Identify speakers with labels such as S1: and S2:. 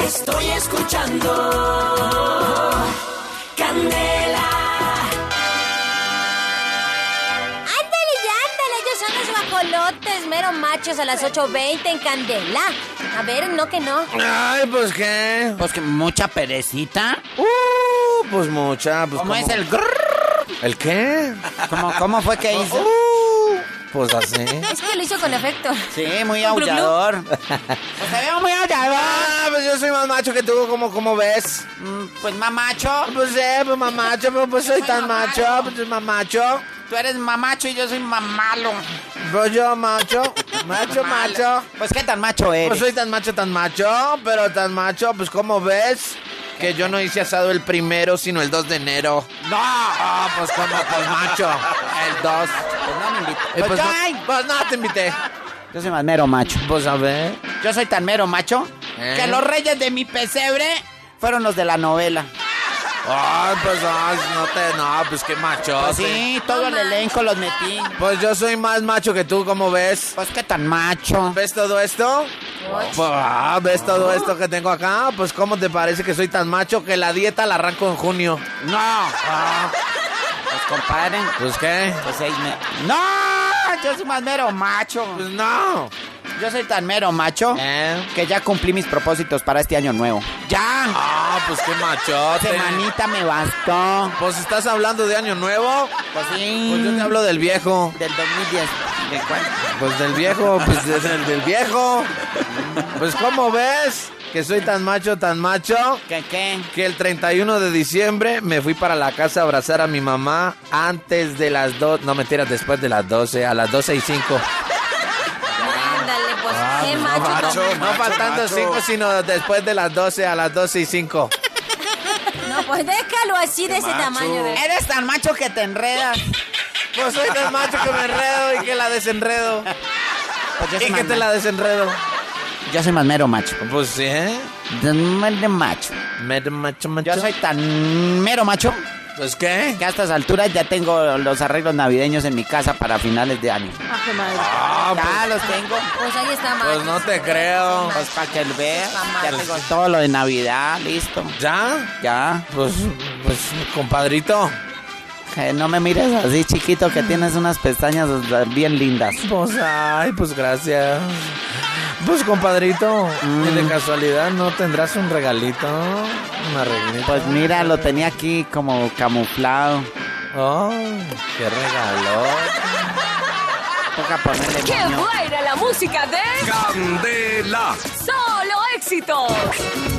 S1: Estoy escuchando Candela.
S2: Ándale ya, ándale, ellos son los guajolotes, mero machos a las 8.20 en Candela. A ver, no que no.
S3: Ay, pues qué.
S4: Pues que mucha perecita.
S3: Uh, pues mucha. Pues,
S4: ¿Cómo es el grrr?
S3: ¿El qué?
S4: ¿Cómo, cómo fue que hizo?
S3: Uh, pues así.
S2: Es que lo hizo con efecto.
S4: Sí, muy aullador. Pues se veo muy aullador.
S3: Ah, pues yo soy más macho que tú, ¿cómo, cómo ves?
S4: Mm, Pues mamacho.
S3: Pues eh, pues mamacho, pero pues soy
S4: Soy
S3: tan
S4: mamacho.
S3: macho, pues mamacho.
S4: Tú eres mamacho y yo soy mamalo.
S3: Pues yo macho, macho,
S4: Malo.
S3: macho.
S4: Pues qué tan macho eres.
S3: Pues soy tan macho, tan macho, pero tan macho, pues ¿cómo ves? Que yo no hice asado el primero, sino el 2 de enero.
S4: No.
S3: Ah, pues como, pues macho, el 2.
S4: Pues no me invites.
S3: Eh,
S4: Pues
S3: pues,
S4: yo,
S3: no, pues no te invité.
S4: yo soy más mero macho.
S3: Pues a ver.
S4: Yo soy tan mero macho
S3: ¿Eh?
S4: que los reyes de mi pesebre fueron los de la novela.
S3: Ay, pues ay, no te, no, pues qué macho.
S4: Pues sí, todo el elenco los metí.
S3: Pues yo soy más macho que tú, ¿cómo ves?
S4: Pues qué tan macho.
S3: ¿Ves todo esto? Pues, ah, ¿Ves todo esto que tengo acá? Pues ¿cómo te parece que soy tan macho que la dieta la arranco en junio?
S4: No. Ah. Pues comparen.
S3: Pues qué.
S4: Pues seis me... No, yo soy más mero macho.
S3: Pues no.
S4: Yo soy tan mero macho
S3: ¿Eh?
S4: que ya cumplí mis propósitos para este año nuevo. Ya.
S3: Ah, pues qué machote.
S4: Semanita me bastó.
S3: Pues estás hablando de año nuevo.
S4: Pues sí.
S3: Pues yo te hablo del viejo.
S4: del 2010. ¿De cuál?
S3: Pues del viejo, pues de- del, del viejo. Pues ¿cómo ves que soy tan macho, tan macho?
S4: ¿Qué qué?
S3: Que el 31 de diciembre me fui para la casa a abrazar a mi mamá antes de las 2, no mentiras, después de las 12, a las 12 y 5.
S2: Ándale, pues qué macho.
S3: Ah, No,
S2: tan-
S3: no faltando 5, sino después de las 12, a las 12 y 5.
S2: No, pues déjalo así de ese tamaño. De...
S4: Eres tan macho que te enredas.
S3: Pues soy tan macho que me enredo y que la desenredo.
S4: Pues yo soy
S3: Y que
S4: más
S3: te
S4: macho.
S3: la desenredo.
S4: Yo soy más mero macho.
S3: Pues sí, ¿eh?
S4: Tan mero macho.
S3: Mero macho, macho.
S4: Yo soy tan mero macho
S3: Pues qué.
S4: que a estas alturas ya tengo los arreglos navideños en mi casa para finales de año.
S2: Ah, qué madre.
S3: Ah,
S4: Ya los tengo.
S2: Pues ahí está macho.
S3: Pues no te creo.
S4: Pues para que lo veas.
S2: Mamá.
S3: Pues
S4: Ya tengo todo lo de Navidad, listo.
S3: ¿Ya?
S4: Ya.
S3: Pues, pues, compadrito.
S4: Que Eh, no me mires así, chiquito, que tienes unas pestañas bien lindas.
S3: Pues, ay, pues gracias. Pues, compadrito, ¿y de casualidad no tendrás un regalito? Una regalita.
S4: Pues mira, lo tenía aquí como camuflado.
S3: Oh, qué regalo.
S4: Toca ponerle
S5: ¡Qué
S4: moño.
S5: buena la música de
S6: Candela.
S5: Solo Éxitos!